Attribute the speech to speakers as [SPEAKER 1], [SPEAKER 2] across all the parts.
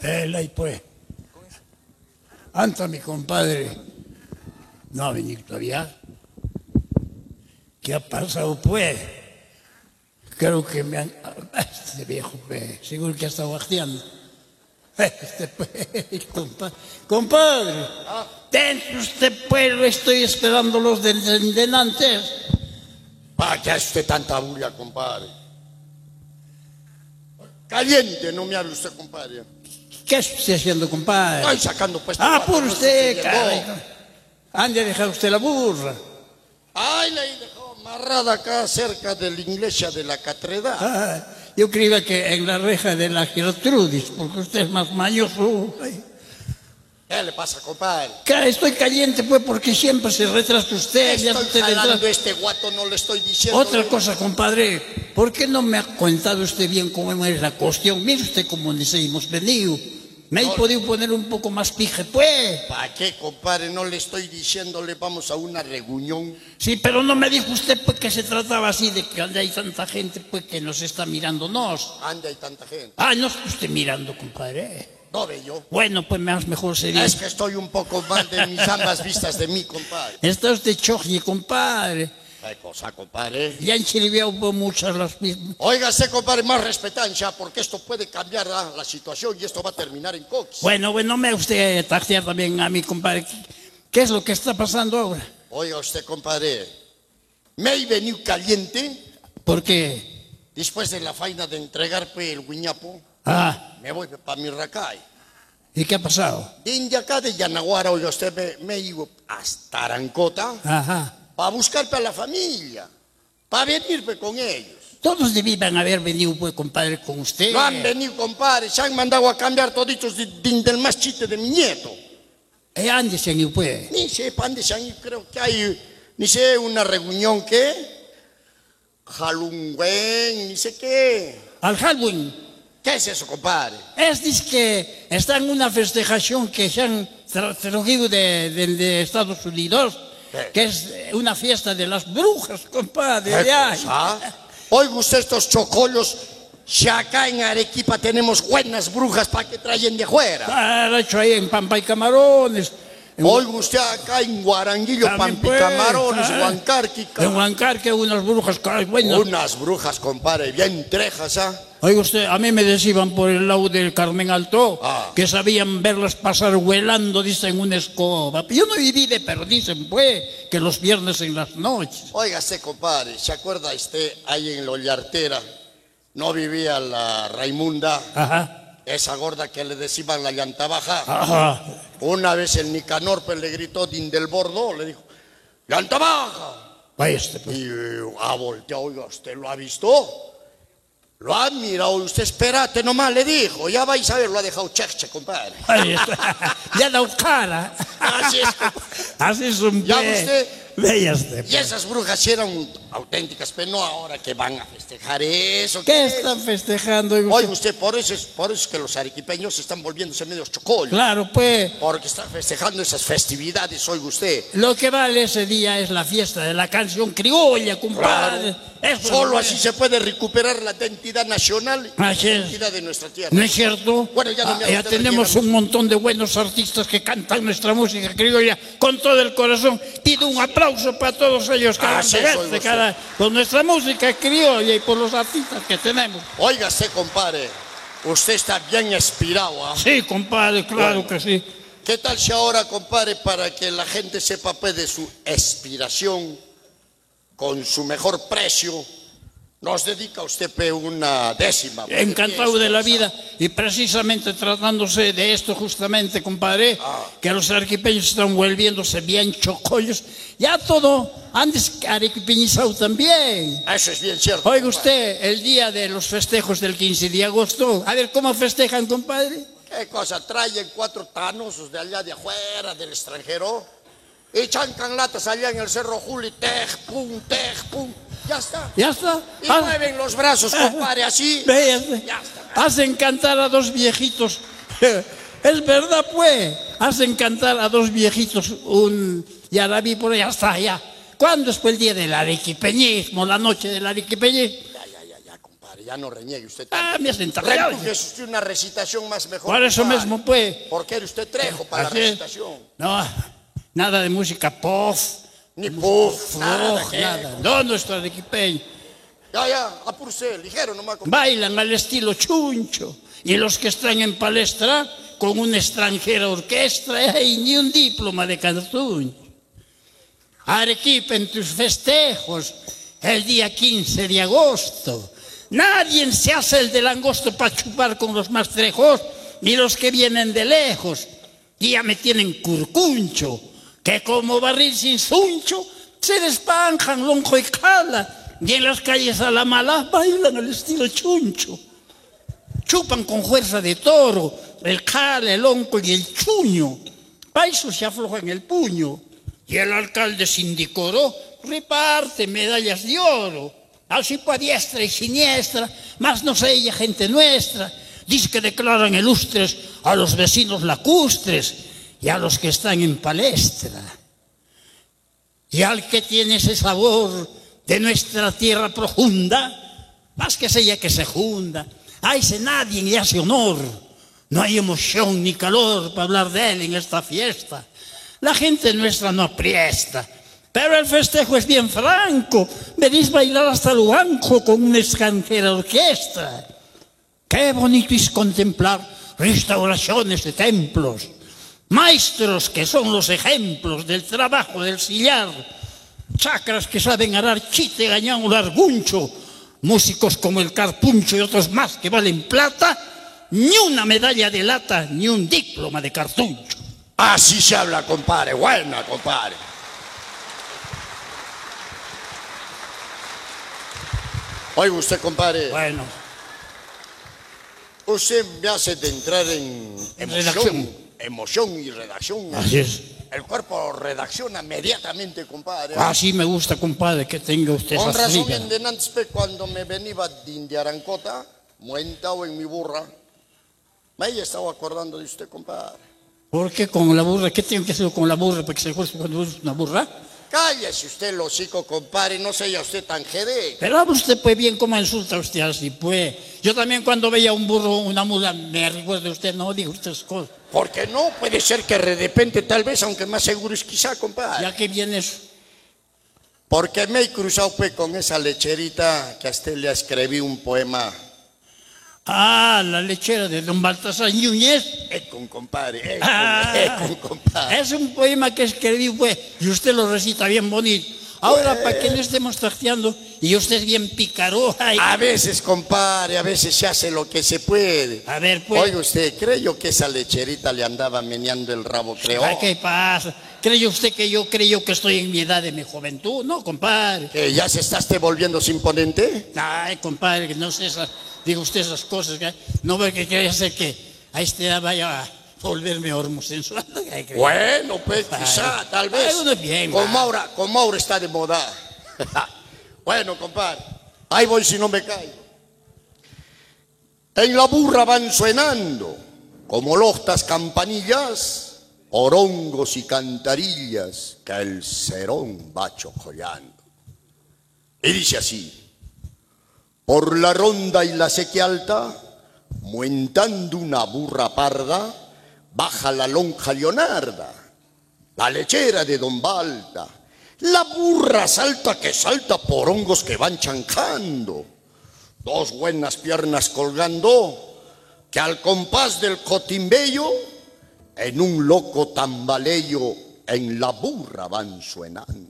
[SPEAKER 1] Eh, lei pues. Anta mi compadre no ha venido todavía. ¿Qué ha pasado pues? Creo que me han... Este viejo pues, seguro que ha estado bajeando. Este pues, compadre. Compadre, ten usted pues, lo estoy esperando los de, de- de Nantes.
[SPEAKER 2] Pa, ya usted tanta bulla, compadre. Caliente, no me hable usted, compadre.
[SPEAKER 1] ¿Qué estoy haciendo, compadre?
[SPEAKER 2] Estoy sacando pues.
[SPEAKER 1] Ah,
[SPEAKER 2] plata,
[SPEAKER 1] por
[SPEAKER 2] no sé
[SPEAKER 1] usted,
[SPEAKER 2] qué
[SPEAKER 1] caray.
[SPEAKER 2] llegó.
[SPEAKER 1] Han de dejar usted la burra.
[SPEAKER 2] Ay, la dejó amarrada acá cerca de la iglesia de la catredad.
[SPEAKER 1] Ah, yo creía que en la reja de la Gertrudis, porque usted es más mañoso. Ay,
[SPEAKER 2] ¿Qué le pasa, compadre?
[SPEAKER 1] ca- Estoy caliente, pues, porque siempre se retrasa usted. ya
[SPEAKER 2] Estoy
[SPEAKER 1] usted le
[SPEAKER 2] jalando
[SPEAKER 1] tra-
[SPEAKER 2] este guato, no le estoy diciendo.
[SPEAKER 1] Otra
[SPEAKER 2] nada.
[SPEAKER 1] cosa, compadre. ¿Por qué no me ha contado usted bien cómo es la cuestión? Mire usted cómo nos hemos venido. Me he podido poner un poco más pije, pues.
[SPEAKER 2] ¿Para qué, compadre? No le estoy diciéndole vamos a una reunión.
[SPEAKER 1] Sí, pero no me dijo usted pues, que se trataba así de que donde hay tanta gente pues, que nos está mirando nos.
[SPEAKER 2] Anda, hay tanta gente.
[SPEAKER 1] Ah, no estoy usted mirando, compadre.
[SPEAKER 2] No ve yo.
[SPEAKER 1] Bueno, pues más mejor sería.
[SPEAKER 2] Es que estoy un poco mal de mis ambas vistas de mí, compadre.
[SPEAKER 1] Está usted choji, compadre.
[SPEAKER 2] ¿Qué cosa, compadre?
[SPEAKER 1] Ya han chirviado por muchas las mismas.
[SPEAKER 2] Óigase, compadre, más respetancia, porque esto puede cambiar ah, la situación y esto va a terminar en cox.
[SPEAKER 1] Bueno, bueno, me usted tajear también a mi compadre. ¿Qué- ¿Qué es lo que está pasando ahora?
[SPEAKER 2] Oiga usted, compadre, me he venido caliente
[SPEAKER 1] Porque,
[SPEAKER 2] después de la faena de entregar pe, el guiñapo.
[SPEAKER 1] ah,
[SPEAKER 2] Me voy para mi racay.
[SPEAKER 1] ¿y qué ha pasado?
[SPEAKER 2] De India acá de Yanaguara, oiga usted, me, me he ido hasta Arancota.
[SPEAKER 1] Ajá.
[SPEAKER 2] para buscar para la familia, para venir pues, con ellos.
[SPEAKER 1] Todos debían haber venido, pues, compadre, con usted.
[SPEAKER 2] No han venido, compadre, se han mandado a cambiar toditos de- de- del más chiste de mi nieto.
[SPEAKER 1] Eh, ándese, ni pues.
[SPEAKER 2] Ni sé, pande se han ido, creo que hay, ni sé, una reunión que, Jalungüen, ni sé qué.
[SPEAKER 1] Al Halloween.
[SPEAKER 2] ¿Qué es eso, compadre?
[SPEAKER 1] Es dice que está en una festejación que se han tra- traído de, de- de Estados Unidos,
[SPEAKER 2] ¿Qué?
[SPEAKER 1] que es eh, una fiesta de las brujas, compadre.
[SPEAKER 2] ¿Qué
[SPEAKER 1] de ahí.
[SPEAKER 2] cosa? ¿Ah? Oiga usted estos chocollos, si acá en Arequipa tenemos buenas brujas para que traen de afuera.
[SPEAKER 1] Ah, lo ha hecho ahí en Pampa y Camarones. En,
[SPEAKER 2] Oiga usted acá en Guaranguillo,
[SPEAKER 1] También, pues,
[SPEAKER 2] Pampicamarones,
[SPEAKER 1] ah.
[SPEAKER 2] Huancarqui,
[SPEAKER 1] en Huancarque unas brujas, caray, bueno.
[SPEAKER 2] Unas brujas, compadre, bien trejas, ¿ah?
[SPEAKER 1] Oiga usted, a mí me decían por el lado del Carmen Alto
[SPEAKER 2] Ah.
[SPEAKER 1] que sabían verlas pasar huelando, dicen, una escoba. Yo no viví de, pero dicen, pues, que los viernes en las noches.
[SPEAKER 2] Óigase, compadre, ¿se acuerda este ahí en Lollartera? No vivía la Raimunda,
[SPEAKER 1] Ajá.
[SPEAKER 2] esa gorda que le decían la llanta baja.
[SPEAKER 1] Ah. Ajá.
[SPEAKER 2] Una vez el Nicanor pues, le gritó din del bordo, le dijo, ¡Llanta baja!
[SPEAKER 1] Va este, pues.
[SPEAKER 2] Y eh, ha volteado, oiga, ¿usted lo ha visto? Lo ha mirado, usted espérate nomás, le dijo, ya vais a ver, lo ha dejado cheche, compadre.
[SPEAKER 1] Ahí está. Ya la cara.
[SPEAKER 2] Así es.
[SPEAKER 1] Así es un
[SPEAKER 2] Ya
[SPEAKER 1] pie.
[SPEAKER 2] usted.
[SPEAKER 1] Vea este,
[SPEAKER 2] Y
[SPEAKER 1] pues.
[SPEAKER 2] esas brujas sí eran auténticas, pero no ahora que van a festejar eso.
[SPEAKER 1] ¿Qué están festejando? oiga
[SPEAKER 2] Oye,
[SPEAKER 1] usted?
[SPEAKER 2] usted, por eso, es, por eso es que los arequipeños están volviéndose medios chocollos.
[SPEAKER 1] Claro, pues.
[SPEAKER 2] Porque están festejando esas festividades, oiga usted.
[SPEAKER 1] Lo que vale ese día es la fiesta de la canción criolla, compadre.
[SPEAKER 2] Claro.
[SPEAKER 1] Eso es
[SPEAKER 2] Solo
[SPEAKER 1] lo que-
[SPEAKER 2] así se puede recuperar la identidad nacional y la
[SPEAKER 1] Así es.
[SPEAKER 2] identidad de nuestra tierra.
[SPEAKER 1] ¿No es cierto?
[SPEAKER 2] Bueno, ya no me
[SPEAKER 1] Ah, ya
[SPEAKER 2] hagas de
[SPEAKER 1] tenemos
[SPEAKER 2] rellenar.
[SPEAKER 1] un montón de buenos artistas que cantan nuestra música criolla con todo el corazón. Pido un aplauso para todos ellos que
[SPEAKER 2] Ah,
[SPEAKER 1] hagan
[SPEAKER 2] sí,
[SPEAKER 1] verte,
[SPEAKER 2] soy
[SPEAKER 1] cara, con nuestra música criolla y por los artistas que tenemos.
[SPEAKER 2] Óigase, compadre, usted está bien inspirado. ¿ah?
[SPEAKER 1] Sí, compadre, claro que sí.
[SPEAKER 2] ¿Qué tal si ahora, compadre, para que la gente sepa pues, de su expiración, con su mejor precio, nos dedica usted pues, una décima? pues,
[SPEAKER 1] Encantado de la
[SPEAKER 2] pieza,
[SPEAKER 1] vida y precisamente tratándose de esto justamente, compadre, que los arequipeños están volviéndose bien chocollos. Ya todo antes arequipeñizado también.
[SPEAKER 2] o sea. Eso es bien cierto.
[SPEAKER 1] Oiga
[SPEAKER 2] compadre.
[SPEAKER 1] usted, el día de los festejos del 15 de agosto, a ver cómo festejan, compadre.
[SPEAKER 2] ¿Qué cosa? Traen cuatro tanosos de allá de afuera, del extranjero, y chancan latas allá en el Cerro Juli, tej, pum, tej, pum. Ya está.
[SPEAKER 1] Ya está.
[SPEAKER 2] Y
[SPEAKER 1] Ah,
[SPEAKER 2] mueven los brazos, compadre, así.
[SPEAKER 1] vea, ve.
[SPEAKER 2] Ya está.
[SPEAKER 1] Hacen cantar a dos viejitos. Es verdad, pues. Hacen cantar a dos viejitos un ya la vi por allá pues hasta allá. ¿Cuándo fue el día del arequipeñismo? La noche del arequipeñismo.
[SPEAKER 2] Ya, ya, ya, ya, compadre, ya no reniegue usted tanto.
[SPEAKER 1] Ah, me has enterrado.
[SPEAKER 2] Repuje usted una recitación más mejor.
[SPEAKER 1] Por eso
[SPEAKER 2] compadre.
[SPEAKER 1] mismo, pues.
[SPEAKER 2] Porque era usted trejo para
[SPEAKER 1] Así
[SPEAKER 2] la
[SPEAKER 1] es.
[SPEAKER 2] recitación.
[SPEAKER 1] No, nada de música puff,
[SPEAKER 2] Ni puff, nada.
[SPEAKER 1] floj,
[SPEAKER 2] ¿qué?
[SPEAKER 1] nada. ¿Dónde está de quipeño?
[SPEAKER 2] Ya, ya, apúrese, ligero nomás. compadre.
[SPEAKER 1] Bailan al estilo chuncho. Y los que están en palestra con una extranjera orquesta eh, y ni un diploma de canción. Arequipa en tus festejos el día 15 de agosto. Nadie se hace el del angosto para chupar con los más trejos ni los que vienen de lejos. Y ya me tienen curcuncho, que como barril sin suncho se despanjan lonjo y cala y en las calles a la mala bailan al estilo chuncho. Chupan con fuerza de toro el cala, el onco y el chuño. Paisos se aflojan el puño. Y el alcalde sindicoró reparte medallas de oro. Así pa' diestra y siniestra, más no se ella gente nuestra. Dice que declaran ilustres a los vecinos lacustres y a los que están en palestra. Y al que tiene ese sabor de nuestra tierra profunda, más que sea que se junda, a ese nadie le hace honor. No hay emoción ni calor para hablar de él en esta fiesta. La gente nuestra no apriesta, pero el festejo es bien franco. Venís bailar hasta Luanco con una extranjera orquesta. Qué bonito es contemplar restauraciones de templos, maestros que son los ejemplos del trabajo del sillar, chacras que saben arar chite, gañán o larguncho, músicos como el carpuncho y otros más que valen plata, ni una medalla de lata, ni un diploma de cartuncho.
[SPEAKER 2] Así se habla, compadre. Buena, compadre. Oiga usted, compadre,
[SPEAKER 1] Bueno,
[SPEAKER 2] usted me hace de entrar en emoción,
[SPEAKER 1] Redacción.
[SPEAKER 2] emoción y redacción.
[SPEAKER 1] así es.
[SPEAKER 2] El cuerpo redacciona inmediatamente, compadre.
[SPEAKER 1] Así me gusta, compadre, que tenga usted
[SPEAKER 2] Con
[SPEAKER 1] esa
[SPEAKER 2] razón,
[SPEAKER 1] silla.
[SPEAKER 2] en Denantzpe, cuando me venía de Indiarancota, muentado en mi burra, me he estado acordando de usted, compadre.
[SPEAKER 1] ¿Por qué con la burra? ¿Qué tengo que hacer con la burra para que se juegue cuando es una burra?
[SPEAKER 2] Cállese usted el hocico, compadre, no sea usted tan jede.
[SPEAKER 1] Pero habla usted pues bien cómo insulta usted así, pues. Yo también cuando veía un burro, una mula, me recuerdo usted, no digo usted esas cosas.
[SPEAKER 2] Porque no, puede ser que de repente, tal vez, aunque más seguro es quizá, compadre.
[SPEAKER 1] Ya que viene eso.
[SPEAKER 2] Porque me he cruzado pues, con esa lecherita que a usted le escribí un poema.
[SPEAKER 1] Ah, la lechera de don Baltasar Núñez.
[SPEAKER 2] Econ, Eh, compadre, econ,
[SPEAKER 1] Ah.
[SPEAKER 2] econ, compadre.
[SPEAKER 1] Es un poema que escribí, pues, y usted lo recita bien bonito. Ahora,
[SPEAKER 2] Pues.
[SPEAKER 1] para que no estemos trajeando, y usted es bien pícaro. ay.
[SPEAKER 2] A veces, compadre, a veces se hace lo que se puede.
[SPEAKER 1] A ver, pues.
[SPEAKER 2] Oiga usted, creo yo que esa lecherita le andaba meneando el rabo, creo.
[SPEAKER 1] Ay, ¿Qué pasa? ¿Cree usted que yo creo que estoy en mi edad de mi juventud? No, compadre.
[SPEAKER 2] Que ya se está este volviendo sin ponente.
[SPEAKER 1] Ay, compadre, que no sé esas, diga usted esas cosas, que no ve que quiere hacer que a esta edad vaya a volverme hormosensual. Ay, que-
[SPEAKER 2] Bueno, pues quizá,
[SPEAKER 1] Ay,
[SPEAKER 2] tal vez.
[SPEAKER 1] uno es bien,
[SPEAKER 2] como
[SPEAKER 1] va.
[SPEAKER 2] ahora, como ahora está de moda. bueno, compadre, ahí voy si no me caigo. En la burra van suenando, como lostas campanillas, orongos y cantarillas que el cerón va chocollando. Y dice así, por la ronda y la sequía alta, muentando una burra parda, baja la lonja leonarda, la lechera de Don Balda, la burra salta que salta por hongos que van chancando, dos buenas piernas colgando, que al compás del cotimbello, en un loco tambaleo, en la burra van suenando.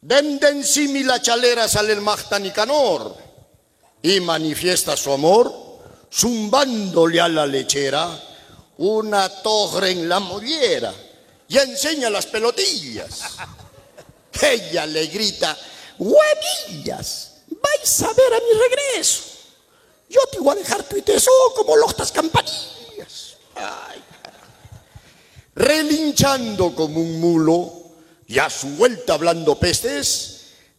[SPEAKER 2] Dende encima la chalera sale el Magda Nicanor y manifiesta su amor zumbándole a la lechera una torre en la mollera y enseña las pelotillas. Ella le grita, huevillas, vais a ver a mi regreso. Yo te voy a dejar tu tesoro como lostas campanillas. Ay, relinchando como un mulo y a su vuelta hablando pestes,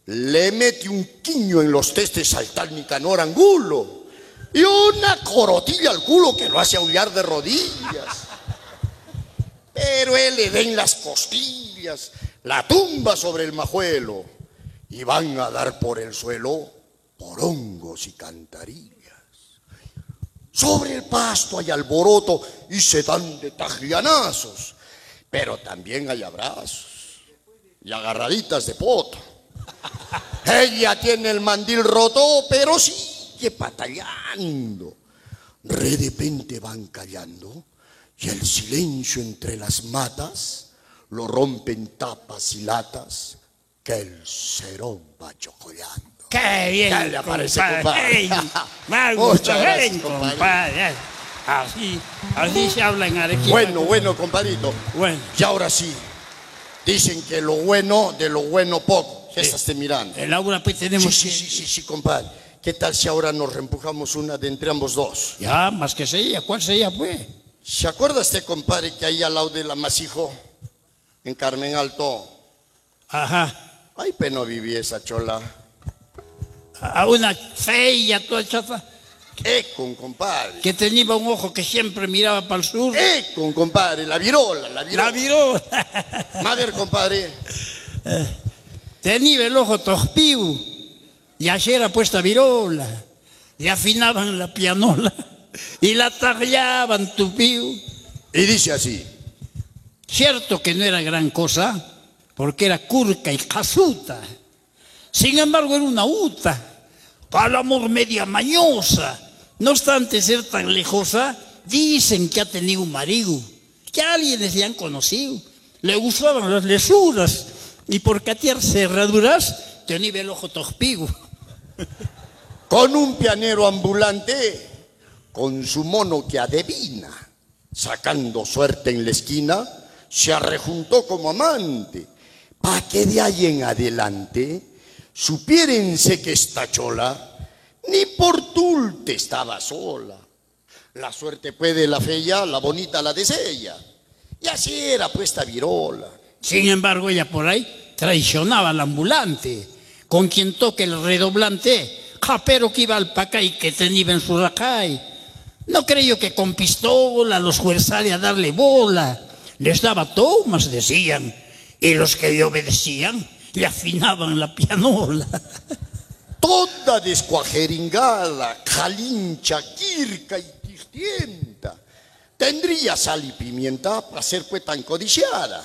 [SPEAKER 2] le mete un quiño en los testes al tal Nicanor Angulo y una corotilla al culo que lo hace aullar de rodillas. Pero él le den las costillas, la tumba sobre el majuelo y van a dar por el suelo porongos y cantarillas. Sobre el pasto hay alboroto y se dan de tajianazos, pero también hay abrazos y agarraditas de poto. Ella tiene el mandil roto, pero sigue patallando. De repente van callando y el silencio entre las matas lo rompen tapas y latas que el cerón va chocoleando.
[SPEAKER 1] ¡Qué bien!
[SPEAKER 2] Ya le parece, compadre.
[SPEAKER 1] ¡Ey! ¡Más
[SPEAKER 2] Muchas
[SPEAKER 1] gusto,
[SPEAKER 2] gracias,
[SPEAKER 1] ven,
[SPEAKER 2] compadre.
[SPEAKER 1] compadre! Así, así se habla en Arequipa.
[SPEAKER 2] Bueno, bueno, compadrito.
[SPEAKER 1] Bueno.
[SPEAKER 2] Y ahora sí, dicen que lo bueno de lo bueno poco. ¿Qué
[SPEAKER 1] Sí.
[SPEAKER 2] estás te mirando?
[SPEAKER 1] El aura pues
[SPEAKER 2] Sí,
[SPEAKER 1] tenemos
[SPEAKER 2] sí,
[SPEAKER 1] que-
[SPEAKER 2] sí, sí, sí, compadre. ¿Qué tal si ahora nos reempujamos una de entre ambos dos?
[SPEAKER 1] Ya, más que sería. ¿Cuál sería, pues?
[SPEAKER 2] ¿Se acuerda este compadre que ahí al lado del amasijo, en Carmen Alto?
[SPEAKER 1] Ajá.
[SPEAKER 2] Ay, peno viví esa chola.
[SPEAKER 1] A una fea toda chata
[SPEAKER 2] Econ, Eh, compadre.
[SPEAKER 1] que tenía un ojo que siempre miraba para el sur.
[SPEAKER 2] Eh, Econ, compadre. La virola,
[SPEAKER 1] La
[SPEAKER 2] la virola.
[SPEAKER 1] viró.
[SPEAKER 2] Madre, compadre.
[SPEAKER 1] Tenía el ojo tospiu y ayer puesta virola y afinaban la pianola y la tallaban tupiu.
[SPEAKER 2] Y dice así.
[SPEAKER 1] Cierto que no era gran cosa porque era curca y casuta. Sin embargo era una uta, al amor media mañosa. No obstante ser tan lejosa, dicen que ha tenido un marido, que a alguienes le han conocido. Le gustaban las lesuras y por catear cerraduras tenía el ojo tospigo.
[SPEAKER 2] Con un pianero ambulante, con su mono que adivina, sacando suerte en la esquina, se arrejuntó como amante, pa' que de ahí en adelante supiérense que esta chola ni por tulte estaba sola. La suerte puede la fea, la bonita la desella. Y así era pues esta virola.
[SPEAKER 1] Sin embargo, ella por ahí traicionaba al ambulante, con quien toque el redoblante, japero que iba al pacay que tenía en su racay. No creyó que con pistola los fuerzare a darle bola. Les daba tomas, decían, y los que le obedecían le afinaban la pianola.
[SPEAKER 2] toda descuajeringada, calincha, quirca y tistienta. Tendría sal y pimienta para ser pues tan codiciada.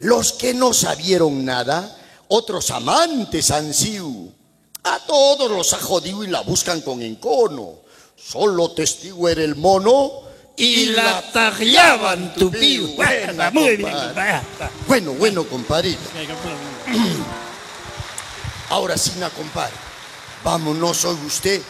[SPEAKER 2] Los que no sabieron nada, otros amantes han sido. A todos los ha jodido y la buscan con encono. Solo testigo era el mono
[SPEAKER 1] Y la tallaban tu piu.
[SPEAKER 2] Buena,
[SPEAKER 1] Muy bien,
[SPEAKER 2] compadre.
[SPEAKER 1] compadre.
[SPEAKER 2] Bueno, bueno, compadrito. Ahora sí, na compadre. Vámonos hoy usted,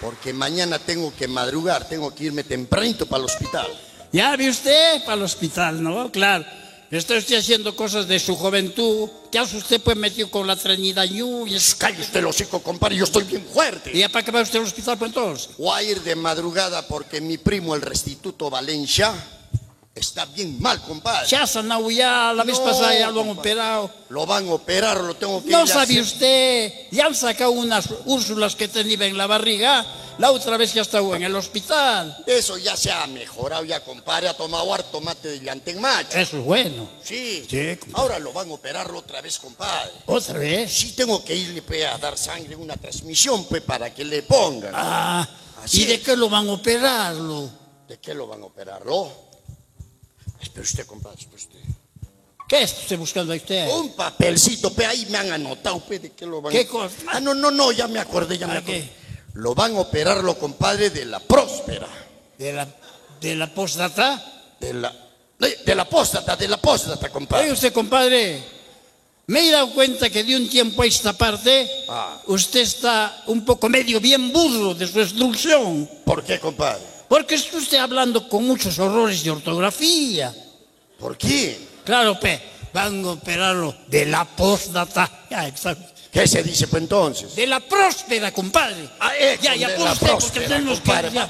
[SPEAKER 2] porque mañana tengo que madrugar, tengo que irme tempranito para el hospital.
[SPEAKER 1] Ya ve usted para el hospital, ¿no? Claro. Está usted haciendo cosas de su juventud. Ya usted pues metió con la trenida ñu y es-
[SPEAKER 2] Cállese Pues, el hocico, compadre, yo estoy bien fuerte.
[SPEAKER 1] ¿Y ya para qué va usted al hospital pues entonces?
[SPEAKER 2] Voy a ir de madrugada porque mi primo, el Restituto Valencia, está bien mal, compadre.
[SPEAKER 1] Ya sanado ya, la vez
[SPEAKER 2] No,
[SPEAKER 1] pasada ya lo han
[SPEAKER 2] compadre.
[SPEAKER 1] operado.
[SPEAKER 2] Lo van a operar, lo tengo que
[SPEAKER 1] No
[SPEAKER 2] ir a
[SPEAKER 1] sabe
[SPEAKER 2] hacer.
[SPEAKER 1] usted, ya han sacado unas úrsulas que tenía en la barriga. La otra vez ya estaba en el hospital.
[SPEAKER 2] Eso ya se ha mejorado, ya, compadre, ha tomado harto mate de llantén macho.
[SPEAKER 1] Eso es bueno.
[SPEAKER 2] Sí.
[SPEAKER 1] Sí, compadre.
[SPEAKER 2] Ahora lo van a operar otra vez, compadre.
[SPEAKER 1] ¿Otra vez?
[SPEAKER 2] Sí tengo que irle pues, a dar sangre, una transmisión, pues, para que le pongan.
[SPEAKER 1] Ah,
[SPEAKER 2] Así
[SPEAKER 1] ¿y de
[SPEAKER 2] es.
[SPEAKER 1] qué lo van a operarlo?
[SPEAKER 2] ¿De qué lo van a operar? ¿No? Espera usted, compadre, espere usted.
[SPEAKER 1] ¿Qué está usted buscando a usted?
[SPEAKER 2] Un papelcito, pe, ahí me han anotado, pe, ¿de qué lo van a
[SPEAKER 1] ¿Qué cosa?
[SPEAKER 2] Ah, no, no, no, ya me acordé, ya me
[SPEAKER 1] ¿A
[SPEAKER 2] acordé.
[SPEAKER 1] qué?
[SPEAKER 2] Lo van a operar, lo compadre, de la próspera.
[SPEAKER 1] ¿De la, de la próstata?
[SPEAKER 2] De la... De de la apóstata, de la apóstata,
[SPEAKER 1] Oye
[SPEAKER 2] compadre.
[SPEAKER 1] usted, compadre, me he dado cuenta que de un tiempo a esta parte
[SPEAKER 2] Ah.
[SPEAKER 1] usted está un poco medio bien burro de su instrucción,
[SPEAKER 2] ¿Por qué, compadre?
[SPEAKER 1] porque está usted hablando con muchos horrores de ortografía.
[SPEAKER 2] ¿Por qué?
[SPEAKER 1] Claro, pe, van a operarlo de la próstata. Ya, exacto.
[SPEAKER 2] ¿Qué se dice, pues, entonces?
[SPEAKER 1] De la próspera, compadre.
[SPEAKER 2] Ah, eh,
[SPEAKER 1] ya, ya,
[SPEAKER 2] de
[SPEAKER 1] por
[SPEAKER 2] la
[SPEAKER 1] usted, porque
[SPEAKER 2] próspera,
[SPEAKER 1] tenemos que...
[SPEAKER 2] compadre.
[SPEAKER 1] ya.